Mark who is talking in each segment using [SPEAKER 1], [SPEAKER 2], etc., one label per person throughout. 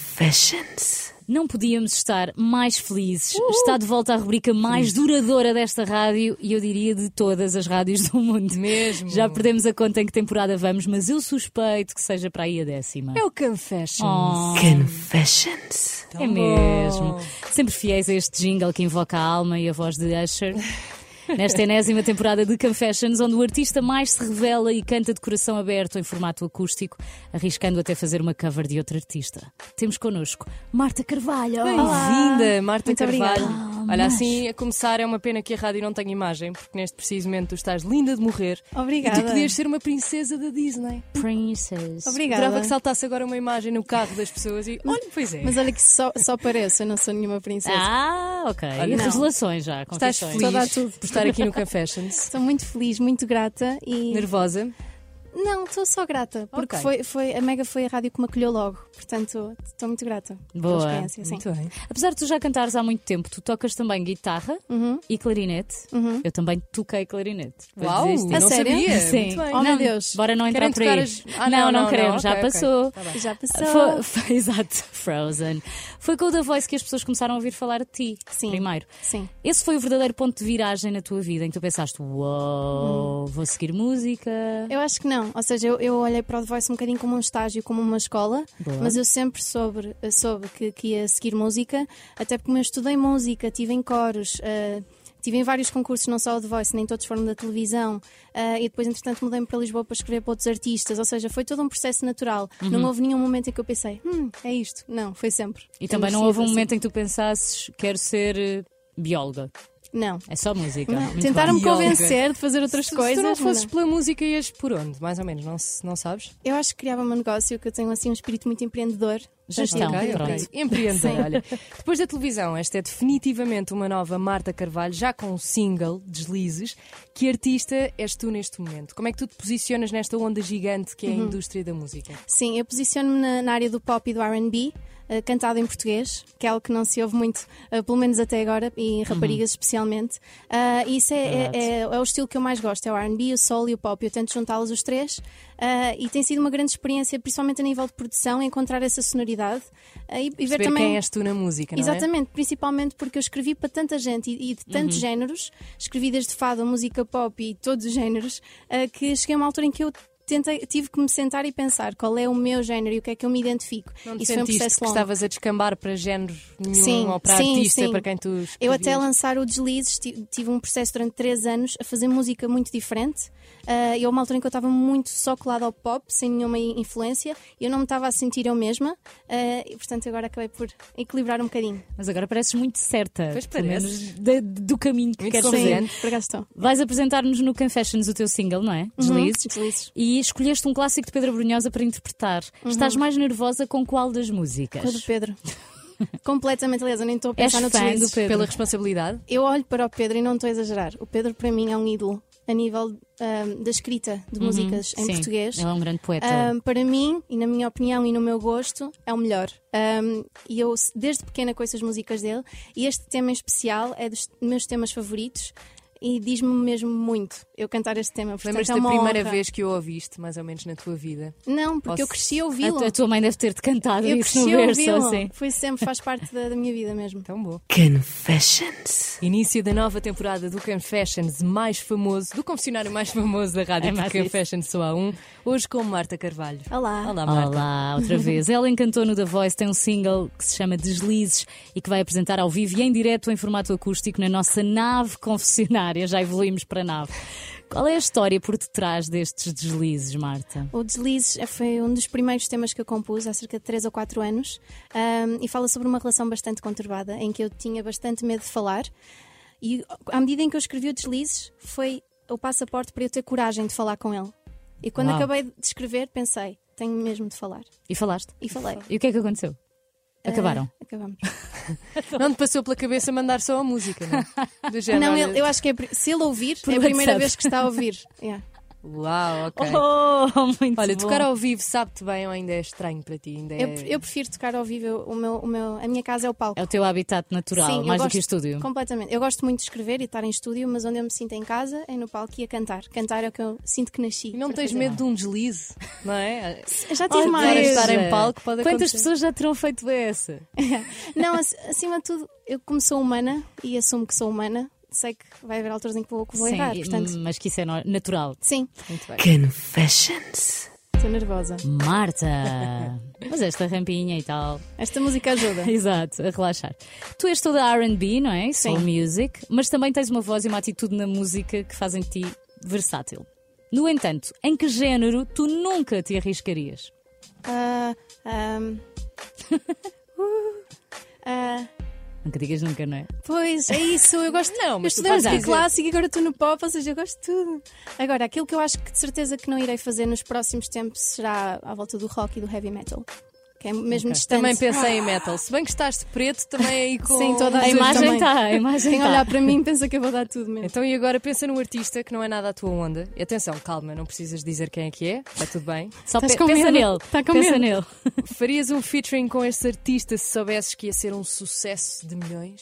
[SPEAKER 1] Confessions.
[SPEAKER 2] Não podíamos estar mais felizes. Está de volta à rubrica mais duradoura desta rádio e eu diria de todas as rádios do mundo.
[SPEAKER 1] Mesmo.
[SPEAKER 2] Já perdemos a conta em que temporada vamos, mas eu suspeito que seja para aí a décima.
[SPEAKER 1] É o Confessions.
[SPEAKER 2] Oh.
[SPEAKER 3] Confessions.
[SPEAKER 1] Oh.
[SPEAKER 2] É mesmo. Sempre fiéis a este jingle que invoca a alma e a voz de Usher. Nesta enésima temporada de Confessions, onde o artista mais se revela e canta de coração aberto em formato acústico, arriscando até fazer uma cover de outro artista. Temos connosco Marta Carvalho.
[SPEAKER 1] Bem-vinda, Marta
[SPEAKER 2] Muito
[SPEAKER 1] Carvalho.
[SPEAKER 3] Ah,
[SPEAKER 2] obrigada.
[SPEAKER 1] Olha,
[SPEAKER 2] Mas-
[SPEAKER 1] assim a começar é uma pena que a rádio não tenha imagem, porque neste preciso momento tu estás linda de morrer.
[SPEAKER 3] Obrigada.
[SPEAKER 1] E tu podias ser uma princesa da Disney.
[SPEAKER 2] Princess.
[SPEAKER 3] Obrigada.
[SPEAKER 1] Adorava que saltasse agora uma imagem no carro das pessoas e. Olha, pois é.
[SPEAKER 3] Mas olha que só, só pareço, eu não sou nenhuma princesa.
[SPEAKER 2] Ah, ok.
[SPEAKER 1] Olha, não.
[SPEAKER 2] Revelações já.
[SPEAKER 1] Estás
[SPEAKER 2] confissões.
[SPEAKER 3] Só dá
[SPEAKER 1] feliz
[SPEAKER 3] tudo.
[SPEAKER 1] por estar aqui no Confessions.
[SPEAKER 3] Estou muito feliz, muito grata e.
[SPEAKER 1] Nervosa?
[SPEAKER 3] Não, estou só grata, porque
[SPEAKER 1] Ok.
[SPEAKER 3] foi, foi, a Mega foi a rádio que me acolheu logo. Portanto, estou muito grata
[SPEAKER 2] Boa.
[SPEAKER 3] pela experiência. Sim.
[SPEAKER 1] Muito bem.
[SPEAKER 2] Apesar de tu já cantares há muito tempo, tu tocas também guitarra
[SPEAKER 1] Uhum.
[SPEAKER 2] e clarinete. Eu também toquei clarinete. Depois
[SPEAKER 1] Uau!
[SPEAKER 2] desisti.
[SPEAKER 1] Não
[SPEAKER 3] A sério?
[SPEAKER 1] sabia?
[SPEAKER 2] Sim.
[SPEAKER 1] Muito bem.
[SPEAKER 3] Oh, meu
[SPEAKER 2] Não,
[SPEAKER 3] Deus.
[SPEAKER 2] Bora não
[SPEAKER 1] Querem
[SPEAKER 2] entrar por aí.
[SPEAKER 1] tocar as- Ah,
[SPEAKER 2] não,
[SPEAKER 1] não,
[SPEAKER 2] não,
[SPEAKER 1] não,
[SPEAKER 2] queremos,
[SPEAKER 1] não,
[SPEAKER 2] já
[SPEAKER 1] ok, ok.
[SPEAKER 2] passou.
[SPEAKER 1] Tá bem.
[SPEAKER 3] Já passou.
[SPEAKER 2] Foi, foi- exato, Frozen. Foi com o The Voice que as pessoas começaram a ouvir falar de ti,
[SPEAKER 3] Sim.
[SPEAKER 2] primeiro.
[SPEAKER 3] Sim.
[SPEAKER 2] Esse foi o verdadeiro ponto de viragem na tua vida, em que tu pensaste, uou, vou seguir música.
[SPEAKER 3] Eu acho que não, ou seja, eu, eu olhei para o The Voice um bocadinho como um estágio, como uma escola,
[SPEAKER 2] Boa.
[SPEAKER 3] mas eu sempre soube, soube que, que ia seguir música, até porque eu estudei música, tive em coros, ah, tive em vários concursos, não só o The Voice, nem todos foram da televisão, ah, e depois, entretanto, mudei-me para Lisboa para escrever para outros artistas, ou seja, foi todo um processo natural.
[SPEAKER 2] Uhum.
[SPEAKER 3] Não houve nenhum momento em que eu pensei, hum, é isto. Não, foi sempre. assim.
[SPEAKER 2] E também não houve um momento em que tu pensasses, quero ser eh, bióloga.
[SPEAKER 3] Não.
[SPEAKER 2] É só música. Muito
[SPEAKER 3] Tentaram-me
[SPEAKER 1] bem.
[SPEAKER 3] convencer de fazer outras
[SPEAKER 1] Se
[SPEAKER 3] coisas.
[SPEAKER 1] tu não
[SPEAKER 3] mas
[SPEAKER 1] fosses pela música, ias por onde? Mais ou menos, não, se- não sabes?
[SPEAKER 3] Eu acho que criava um negócio que eu tenho assim um espírito muito empreendedor.
[SPEAKER 2] Gestão,
[SPEAKER 3] Portanto,
[SPEAKER 1] ok,
[SPEAKER 2] pronto.
[SPEAKER 1] ok. Empreendedor, olha. Depois da televisão, esta é definitivamente uma nova Marta Carvalho, já com um single, Deslizes. Que artista és tu neste momento? Como é que tu te posicionas nesta onda gigante que é a
[SPEAKER 3] Uhum.
[SPEAKER 1] indústria da música?
[SPEAKER 3] Sim, eu posiciono-me na, na área do pop e do RB. eh, cantado em português, que é algo que não se ouve muito, eh, pelo menos até agora, e em raparigas especialmente. Ah, e isso é, é-
[SPEAKER 2] Verdade.
[SPEAKER 3] é- é o estilo que eu mais gosto: é o RB, o soul e o pop. Eu tento juntá-los os três ah, e tem sido uma grande experiência, principalmente a nível de produção, encontrar essa sonoridade ah, e, e ver
[SPEAKER 1] Saber
[SPEAKER 3] também.
[SPEAKER 1] quem és tu na música, não é?
[SPEAKER 3] Exatamente, principalmente porque eu escrevi para tanta gente e, e de
[SPEAKER 1] Uhum.
[SPEAKER 3] tantos géneros, escrevi desde fado, a música pop e todos os géneros, ah, que cheguei a uma altura em que eu tentei, tive que me sentar e pensar qual é o meu género e o que é que eu me identifico.
[SPEAKER 1] Não te
[SPEAKER 3] Isso foi um
[SPEAKER 1] sentiste
[SPEAKER 3] processo
[SPEAKER 1] que
[SPEAKER 3] longo.
[SPEAKER 1] estavas a descambar para género nenhum
[SPEAKER 3] Sim,
[SPEAKER 1] ou para
[SPEAKER 3] sim,
[SPEAKER 1] artista
[SPEAKER 3] sim.
[SPEAKER 1] para quem tu
[SPEAKER 3] Eu até
[SPEAKER 1] escrevias?
[SPEAKER 3] lançar o Deslizes ti- tive um processo durante três anos a fazer música muito diferente. Ah, eu, uma altura em que eu estava muito só colada ao pop, sem nenhuma i- influência, eu não me estava a sentir eu mesma, ah, e portanto agora acabei por equilibrar um bocadinho.
[SPEAKER 2] Mas agora pareces muito certa.
[SPEAKER 1] Pois
[SPEAKER 2] pelo
[SPEAKER 1] pareces.
[SPEAKER 2] menos da- do caminho que
[SPEAKER 1] Muito
[SPEAKER 2] queres
[SPEAKER 1] Sim.
[SPEAKER 2] fazer.
[SPEAKER 1] confiante.
[SPEAKER 3] por acaso estou.
[SPEAKER 2] Vais apresentar-nos no Confessions o teu single, não é? Deslizes.
[SPEAKER 3] Uhum. Deslizes.
[SPEAKER 2] E
[SPEAKER 3] Uhum.
[SPEAKER 2] escolheste um clássico de Pedro Brunhosa para interpretar. Estás mais nervosa com qual das músicas?
[SPEAKER 3] Com o do Pedro. Completamente, aliás, eu nem estou a
[SPEAKER 2] És
[SPEAKER 3] pensar no
[SPEAKER 2] fã
[SPEAKER 3] deslizes.
[SPEAKER 2] do Pedro.
[SPEAKER 1] Pela responsabilidade?
[SPEAKER 3] Eu olho para o Pedro e não estou a exagerar. O Pedro, para mim, é um ídolo a nível ahm, da escrita de músicas em
[SPEAKER 2] Uhum. Sim,
[SPEAKER 3] português. Ah,
[SPEAKER 2] Ele é um grande poeta.
[SPEAKER 3] Ahm, para mim, e na minha opinião e no meu gosto, é o melhor. Ahm, e eu, desde pequena, conheço as músicas dele. E este tema em especial é dos meus temas favoritos e diz-me mesmo muito eu cantar este tema. Portanto,
[SPEAKER 1] Lembras-te
[SPEAKER 3] é
[SPEAKER 1] da
[SPEAKER 3] uma
[SPEAKER 1] primeira
[SPEAKER 3] honra.
[SPEAKER 1] vez que o ouviste, mais ou menos na tua vida?
[SPEAKER 3] Não, porque eu
[SPEAKER 1] Posso-
[SPEAKER 3] cresci a
[SPEAKER 2] a,
[SPEAKER 3] ouvi-lo.
[SPEAKER 2] tu- a tua mãe deve ter-te cantado
[SPEAKER 3] Eu
[SPEAKER 2] isso
[SPEAKER 3] cresci
[SPEAKER 2] no
[SPEAKER 3] a
[SPEAKER 2] verso,
[SPEAKER 3] ouvi-lo.
[SPEAKER 2] assim.
[SPEAKER 3] Foi sempre, faz parte da, da minha vida mesmo.
[SPEAKER 1] Tão bom.
[SPEAKER 4] Confessions.
[SPEAKER 1] Início da nova temporada do Confessions mais famoso, do confessionário mais famoso da rádio,
[SPEAKER 2] É mais
[SPEAKER 1] porque
[SPEAKER 2] isso.
[SPEAKER 1] Confessions só há um, hoje com Marta Carvalho. Ah.
[SPEAKER 3] Olá.
[SPEAKER 1] Olá, Marta.
[SPEAKER 2] Olá, outra vez. Ela encantou no The Voice, tem um single que se chama Deslizes e que vai apresentar ao vivo e em direto em formato acústico na nossa nave confessionária. Já evoluímos para nave. Qual é a história por detrás destes deslizes, Marta?
[SPEAKER 3] O Deslizes foi um dos primeiros temas que eu compus há cerca de 3 ou 4 anos ahm, e fala sobre uma relação bastante conturbada em que eu tinha bastante medo de falar. E à medida em que eu escrevi o Deslizes, foi o passaporte para eu ter coragem de falar com ele. E quando
[SPEAKER 2] Uau.
[SPEAKER 3] acabei de escrever, pensei, tenho mesmo de falar.
[SPEAKER 2] E falaste?
[SPEAKER 3] E falei.
[SPEAKER 2] E o que é que aconteceu? Acabaram.
[SPEAKER 3] Ah, acabamos.
[SPEAKER 1] Não te passou pela cabeça mandar só a música, não? é? Do género,
[SPEAKER 3] Não,
[SPEAKER 1] olha,
[SPEAKER 3] ele- eu acho que é, pri- se ele ouvir,
[SPEAKER 2] Por
[SPEAKER 3] é a primeira
[SPEAKER 2] WhatsApp.
[SPEAKER 3] vez que está a ouvir. Yeah.
[SPEAKER 1] Uau,
[SPEAKER 3] Eh,
[SPEAKER 1] ok.
[SPEAKER 2] Oh, muito
[SPEAKER 1] Olha,
[SPEAKER 2] bom.
[SPEAKER 1] tocar ao vivo sabe-te bem ou ainda é estranho para ti? Ainda é...
[SPEAKER 3] Eu, eu prefiro tocar ao vivo, eu- o meu, o meu, a minha casa é o palco.
[SPEAKER 2] É o teu habitat natural,
[SPEAKER 3] Sim, eu
[SPEAKER 2] mais do
[SPEAKER 3] gosto-
[SPEAKER 2] que o estúdio.
[SPEAKER 3] Completamente. Eu gosto muito de escrever e estar em estúdio, mas onde eu me sinto em casa é no palco e a cantar. Cantar é o que eu sinto que nasci.
[SPEAKER 1] E não
[SPEAKER 3] para
[SPEAKER 1] tens
[SPEAKER 3] fazer.
[SPEAKER 1] medo de um deslize, não é?
[SPEAKER 3] Já tive
[SPEAKER 1] Para
[SPEAKER 3] mais.
[SPEAKER 1] estar em palco pode
[SPEAKER 2] Quantas
[SPEAKER 1] acontecer.
[SPEAKER 2] pessoas já terão feito essa?
[SPEAKER 3] Não, ac- acima de tudo, eu como sou humana e assumo que sou humana, sei que vai haver alturas em que vou, que vou
[SPEAKER 2] Sim,
[SPEAKER 3] errar, portanto.
[SPEAKER 2] Mas que isso é no- natural.
[SPEAKER 3] Sim,
[SPEAKER 1] Muito bem.
[SPEAKER 4] Confessions.
[SPEAKER 3] estou nervosa.
[SPEAKER 2] Marta! mas esta rampinha e tal.
[SPEAKER 3] Esta música ajuda.
[SPEAKER 2] Exato, a relaxar. Tu és toda RB, não é? Soul music, mas também tens uma voz e uma atitude na música que fazem de ti versátil. No entanto, em que género tu nunca te arriscarias?
[SPEAKER 3] Ah, ahm. Uh, ah,
[SPEAKER 2] Nunca digas nunca, não é?
[SPEAKER 3] pois, é isso, eu gosto.
[SPEAKER 1] Não,
[SPEAKER 3] eu
[SPEAKER 1] mas tu
[SPEAKER 3] estudei
[SPEAKER 1] fazes
[SPEAKER 3] música
[SPEAKER 1] dizer.
[SPEAKER 3] clássica e agora estou no pop, ou seja, eu gosto de tudo. Agora, aquilo que eu acho que de certeza que não irei fazer nos próximos tempos será à volta do rock e do heavy metal. Que é mesmo distante.
[SPEAKER 1] Também pensei em metal. Se bem que estás de preto, também é aí com.
[SPEAKER 3] Sim, toda
[SPEAKER 2] A
[SPEAKER 3] Mas eu
[SPEAKER 2] imagem tá.
[SPEAKER 3] também.
[SPEAKER 2] está, a imagem
[SPEAKER 3] Quem
[SPEAKER 2] está.
[SPEAKER 3] olhar para mim pensa que eu vou dar tudo mesmo.
[SPEAKER 1] Então, e agora pensa no artista que não é nada a tua onda. E atenção, calma, não precisas dizer quem é que é, está tudo bem.
[SPEAKER 2] Só
[SPEAKER 3] Estás
[SPEAKER 2] pe-
[SPEAKER 3] com
[SPEAKER 2] pensa
[SPEAKER 3] medo?
[SPEAKER 2] nele,
[SPEAKER 3] Está com
[SPEAKER 2] pensa
[SPEAKER 3] medo? Tipo,
[SPEAKER 2] nele.
[SPEAKER 1] Farias um featuring com este artista se soubesses que ia ser um sucesso de milhões?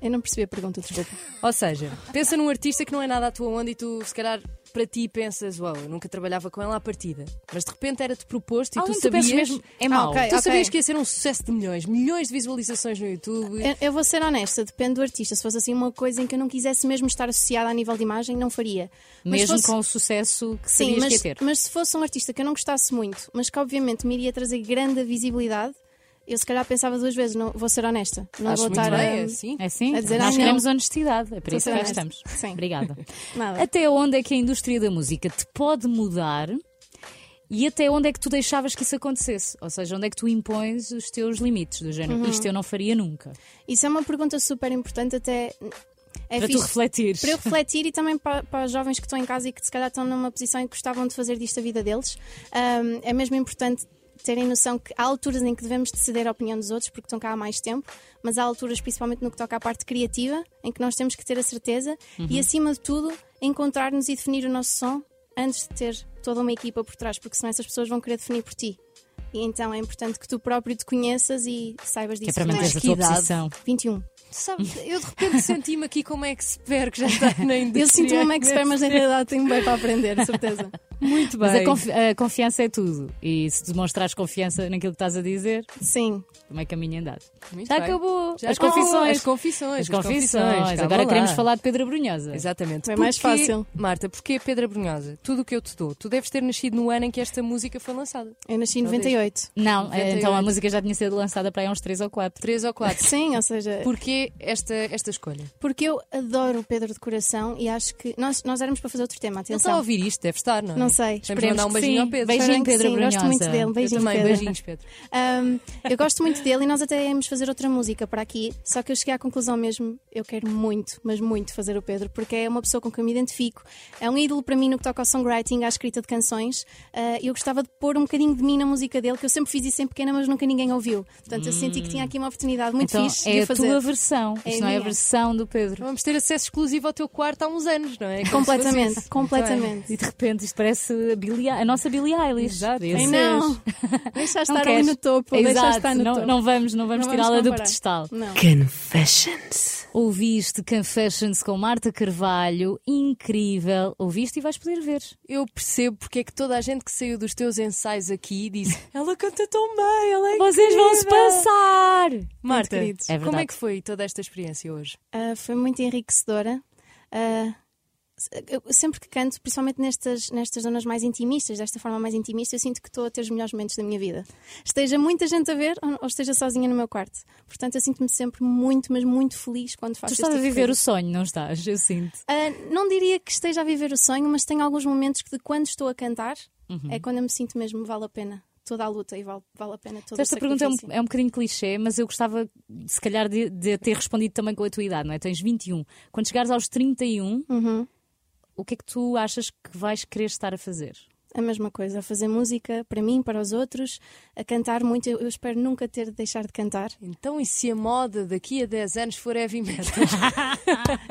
[SPEAKER 3] Eu não percebi a pergunta, desculpa.
[SPEAKER 1] Ou seja, pensa num artista que não é nada à tua onda e tu, se calhar, para ti pensas, uau, eu nunca trabalhava com ela à partida. Mas de repente era-te proposto e
[SPEAKER 2] Alguém que
[SPEAKER 1] tu
[SPEAKER 2] tu
[SPEAKER 1] sabias.
[SPEAKER 2] penses mesmo, é
[SPEAKER 3] Ah,
[SPEAKER 2] mau.
[SPEAKER 3] ok.
[SPEAKER 1] Tu sabias que ia ser um sucesso de milhões, milhões de visualizações no YouTube.
[SPEAKER 3] Eu, eu vou ser honesta, depende do artista. Se fosse assim uma coisa em que eu não quisesse mesmo estar associada a nível de imagem, não faria. Mas
[SPEAKER 2] Mesmo
[SPEAKER 3] fosse-
[SPEAKER 2] com o sucesso que
[SPEAKER 3] Sim,
[SPEAKER 2] sabias
[SPEAKER 3] mas,
[SPEAKER 2] que ia ter.
[SPEAKER 3] mas se fosse um artista que eu não gostasse muito, mas que obviamente me iria trazer grande visibilidade, eu se calhar pensava duas vezes, não, vou ser honesta. Não
[SPEAKER 1] Acho
[SPEAKER 3] vou
[SPEAKER 1] muito
[SPEAKER 3] estar a-
[SPEAKER 1] bem, é assim.
[SPEAKER 2] É sim?
[SPEAKER 3] A dizer,
[SPEAKER 2] Nós
[SPEAKER 3] ah, não.
[SPEAKER 2] queremos honestidade, é por isso que
[SPEAKER 3] Sim.
[SPEAKER 2] cá estamos.
[SPEAKER 3] Sim.
[SPEAKER 2] Obrigada.
[SPEAKER 3] Nada.
[SPEAKER 2] Até onde é que a indústria da música te pode mudar e até onde é que tu deixavas que isso acontecesse? Ou seja, onde é que tu impões os teus limites do género? Isto eu não faria nunca.
[SPEAKER 3] Isso é uma pergunta super importante, até é
[SPEAKER 2] para tu
[SPEAKER 3] fixe.
[SPEAKER 2] refletires.
[SPEAKER 3] para eu refletir e também para, para os jovens que estão em casa e que se calhar estão numa posição em que gostavam de fazer disto a vida deles, hum, é mesmo importante terem noção que há alturas em que devemos ceder a opinião dos outros porque estão cá há mais tempo, mas há alturas, principalmente no que toca à parte criativa, em que nós temos que ter a certeza
[SPEAKER 2] Uhum.
[SPEAKER 3] e, acima de tudo, encontrar-nos e definir o nosso som antes de ter toda uma equipa por trás, porque senão essas pessoas vão querer definir por ti. E então é importante que tu próprio te conheças e saibas
[SPEAKER 2] Que
[SPEAKER 3] disso.
[SPEAKER 2] é para
[SPEAKER 3] primeiro.
[SPEAKER 2] manteres a
[SPEAKER 1] Mas que
[SPEAKER 2] tua
[SPEAKER 1] idade?
[SPEAKER 2] posição.
[SPEAKER 3] 21.
[SPEAKER 1] Sabe, eu de repente senti-me aqui como um expert que já está na indústria.
[SPEAKER 3] Eu sinto-me uma expert, é mas na realidade tenho bem para aprender, de certeza.
[SPEAKER 1] Muito bem.
[SPEAKER 2] Mas a, confi- a confiança é tudo. E se demonstrares confiança naquilo que estás a dizer,
[SPEAKER 3] Sim.
[SPEAKER 2] também é caminho andado.
[SPEAKER 1] Muito
[SPEAKER 2] Já
[SPEAKER 1] bem.
[SPEAKER 2] acabou.
[SPEAKER 1] Já
[SPEAKER 2] as
[SPEAKER 1] acabou.
[SPEAKER 2] confissões.
[SPEAKER 1] As confissões.
[SPEAKER 2] As
[SPEAKER 1] as confissões.
[SPEAKER 2] confissões.
[SPEAKER 1] Calma
[SPEAKER 2] Agora
[SPEAKER 1] lá.
[SPEAKER 2] queremos falar de Pedra Brunhosa.
[SPEAKER 1] Exatamente.
[SPEAKER 3] Foi mais
[SPEAKER 1] Porquê-
[SPEAKER 3] fácil.
[SPEAKER 1] Marta, porquê Pedra Brunhosa? Tudo o que eu te dou. Tu deves ter nascido no ano em que esta música foi lançada.
[SPEAKER 3] Eu é nasci em
[SPEAKER 1] Talvez.
[SPEAKER 3] 98.
[SPEAKER 2] Não, eh, então a
[SPEAKER 1] 98.
[SPEAKER 2] música já tinha sido lançada para aí há uns 3 ou 4.
[SPEAKER 1] Três ou quatro.
[SPEAKER 3] Sim, ou seja,
[SPEAKER 1] Porquê esta, esta escolha?
[SPEAKER 3] porque eu adoro o Pedro de coração e acho que nós, nós éramos para fazer outro
[SPEAKER 1] Ele
[SPEAKER 3] tema,
[SPEAKER 1] está a
[SPEAKER 3] atenção.
[SPEAKER 1] ouvir isto, deve estar, não é?
[SPEAKER 3] Não sei.
[SPEAKER 1] Vamos Então mandar um
[SPEAKER 2] que
[SPEAKER 1] beijinho
[SPEAKER 2] sim.
[SPEAKER 1] ao Pedro.
[SPEAKER 2] Beijinho,
[SPEAKER 3] Espero que
[SPEAKER 2] Pedro
[SPEAKER 3] sim, gosto
[SPEAKER 2] Brunhosa.
[SPEAKER 3] muito dele.
[SPEAKER 1] Eu
[SPEAKER 3] Beijinho,
[SPEAKER 1] também,
[SPEAKER 3] Pedro.
[SPEAKER 1] beijinhos, Pedro.
[SPEAKER 3] Ahm, eu gosto muito dele e nós até íamos fazer outra música para aqui, só que eu cheguei à conclusão mesmo, eu quero muito, mas muito fazer o Pedro, porque é uma pessoa com quem eu me identifico, é um ídolo para mim no que toca ao songwriting, à escrita de canções, Ah, eu gostava de pôr um bocadinho de mim na música dele, que eu sempre fiz isso em pequena, mas nunca ninguém ouviu. Portanto, eu senti que tinha aqui uma oportunidade muito
[SPEAKER 2] então
[SPEAKER 3] fixe de
[SPEAKER 2] é
[SPEAKER 3] o
[SPEAKER 2] a
[SPEAKER 3] fazer.
[SPEAKER 2] tua versão.
[SPEAKER 3] É
[SPEAKER 2] Isto
[SPEAKER 3] a
[SPEAKER 2] não é a
[SPEAKER 3] minha.
[SPEAKER 2] versão do Pedro.
[SPEAKER 1] Então Vamos ter acesso exclusivo ao teu quarto há uns anos, não é? Como se fosse isso.
[SPEAKER 3] Completamente,
[SPEAKER 1] Muito bem.
[SPEAKER 3] completamente.
[SPEAKER 2] E de repente isto parece a, Billie- a nossa Billie Eilish. Exato.
[SPEAKER 3] Ai, não, deixa estar é ali
[SPEAKER 2] queres.
[SPEAKER 3] no topo, deixa
[SPEAKER 2] Exato.
[SPEAKER 3] estar no
[SPEAKER 2] não,
[SPEAKER 3] topo.
[SPEAKER 2] não vamos, não vamos
[SPEAKER 3] Não vamos
[SPEAKER 2] tirá-la do
[SPEAKER 3] comparar.
[SPEAKER 2] pedestal.
[SPEAKER 3] Não.
[SPEAKER 4] Confessions.
[SPEAKER 2] Ouviste Confessions com Marta Carvalho, incrível. Ouviste e vais poder ver.
[SPEAKER 1] Eu percebo porque é que toda a gente que saiu dos teus ensaios aqui disse: Ela canta tão bem, ela é
[SPEAKER 2] Vocês vão se
[SPEAKER 1] incrível."
[SPEAKER 2] passar.
[SPEAKER 1] Marta,
[SPEAKER 3] queridos.
[SPEAKER 2] É
[SPEAKER 1] como é
[SPEAKER 2] verdade.
[SPEAKER 1] que foi toda esta experiência hoje?
[SPEAKER 3] Ah, foi muito enriquecedora. Ah, se- eu- sempre que canto, principalmente nestas, nestas zonas mais intimistas, desta forma mais intimista, eu sinto que estou a ter os melhores momentos da minha vida. Esteja muita gente a ver ou, ou esteja sozinha no meu quarto. Portanto, eu sinto-me sempre muito, mas muito feliz quando
[SPEAKER 2] Tu
[SPEAKER 3] faço
[SPEAKER 2] estás a
[SPEAKER 3] este tipo de
[SPEAKER 2] viver o
[SPEAKER 3] coisas.
[SPEAKER 2] sonho, não estás? Eu sinto.
[SPEAKER 3] Ah, não diria que esteja a viver o sonho, mas tenho alguns momentos que, de quando estou a cantar,
[SPEAKER 2] Uhum.
[SPEAKER 3] é quando eu me sinto mesmo vale a pena toda a luta e vale, vale a pena todo
[SPEAKER 2] Então, Esta
[SPEAKER 3] o
[SPEAKER 2] pergunta é um,
[SPEAKER 3] sacrifício.
[SPEAKER 2] é um bocadinho clichê, mas eu gostava, se calhar, de, de ter respondido também com a tua idade, não é? Tens 21.
[SPEAKER 3] Uhum.
[SPEAKER 2] Quando chegares aos 31, o que é que tu achas que vais querer estar a fazer?
[SPEAKER 3] a mesma coisa, a fazer música para mim, para os outros, a cantar muito. Eu, eu espero nunca ter de deixar de cantar.
[SPEAKER 1] Então, e se a moda daqui a 10 anos for heavy metal?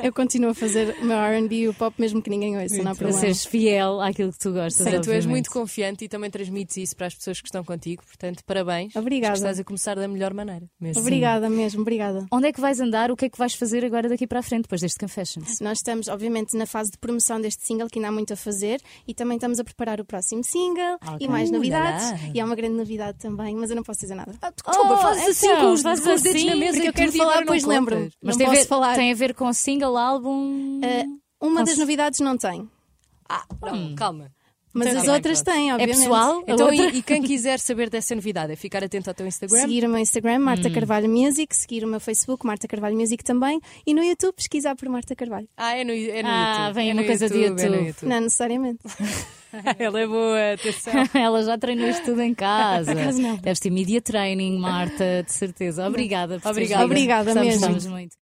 [SPEAKER 3] Eu continuo a fazer o meu RB e o pop, mesmo que ninguém ouça, não há
[SPEAKER 2] Para
[SPEAKER 3] problema.
[SPEAKER 2] seres fiel àquilo que Então é. tu gostas.
[SPEAKER 1] Sei, tu és
[SPEAKER 2] obviamente.
[SPEAKER 1] muito confiante e também transmites isso para as pessoas que estão contigo, portanto, parabéns.
[SPEAKER 3] Obrigada.
[SPEAKER 1] Acho que Estás a começar da melhor maneira. Mesmo.
[SPEAKER 3] Obrigada mesmo, obrigada.
[SPEAKER 2] Onde é que vais andar? O que é que vais fazer agora daqui para a frente, depois deste Confessions?
[SPEAKER 3] Nós estamos, obviamente, na fase de promoção deste single, que ainda há muito a fazer, e também estamos a preparar o próximo single
[SPEAKER 1] Ah,
[SPEAKER 2] Ok.
[SPEAKER 3] e mais
[SPEAKER 2] Uh,
[SPEAKER 3] novidades.
[SPEAKER 2] lá, lá.
[SPEAKER 3] E há uma grande novidade também, mas eu não posso dizer nada.
[SPEAKER 1] Ah, desculpa,
[SPEAKER 2] Oh,
[SPEAKER 1] fazes assim
[SPEAKER 2] então,
[SPEAKER 1] com os,
[SPEAKER 2] fazes
[SPEAKER 1] com os dedos
[SPEAKER 2] assim,
[SPEAKER 1] na mesa e
[SPEAKER 3] porque eu quero
[SPEAKER 1] tudo e agora
[SPEAKER 3] falar,
[SPEAKER 1] não
[SPEAKER 3] pois
[SPEAKER 1] contas.
[SPEAKER 3] lembro-me. Não
[SPEAKER 2] tem, a
[SPEAKER 3] posso
[SPEAKER 2] ver,
[SPEAKER 3] falar.
[SPEAKER 2] tem a ver com single, álbum.
[SPEAKER 3] Ah, Uma das
[SPEAKER 2] Posso-
[SPEAKER 3] novidades não tem,
[SPEAKER 1] Ah, não, calma.
[SPEAKER 3] mas
[SPEAKER 1] Então
[SPEAKER 3] as
[SPEAKER 1] não.
[SPEAKER 3] outras têm,
[SPEAKER 2] é
[SPEAKER 3] obviamente.
[SPEAKER 2] pessoal? A
[SPEAKER 1] Então,
[SPEAKER 2] outra?
[SPEAKER 1] e, e quem quiser saber dessa novidade é ficar atento ao teu Instagram. Hum.
[SPEAKER 3] Seguir o meu Instagram, Marta Carvalho Music, seguir o meu Facebook, Marta Carvalho Music também, e no YouTube pesquisar por Marta Carvalho.
[SPEAKER 1] Ah, é no, é no
[SPEAKER 2] Ah,
[SPEAKER 1] YouTube.
[SPEAKER 2] vem
[SPEAKER 1] é
[SPEAKER 2] uma
[SPEAKER 1] no
[SPEAKER 2] coisa de
[SPEAKER 1] É no
[SPEAKER 2] YouTube.
[SPEAKER 1] YouTube.
[SPEAKER 3] Não necessariamente.
[SPEAKER 1] Ela é boa, atenção.
[SPEAKER 2] Ela já treinou isto tudo em casa.
[SPEAKER 3] acaso não.
[SPEAKER 2] Deves ter media training, Marta, de certeza. Obrigada. por teres
[SPEAKER 1] Obrigada.
[SPEAKER 2] vindo.
[SPEAKER 3] Obrigada
[SPEAKER 2] Gostamos,
[SPEAKER 3] mesmo.
[SPEAKER 2] gostamos muito.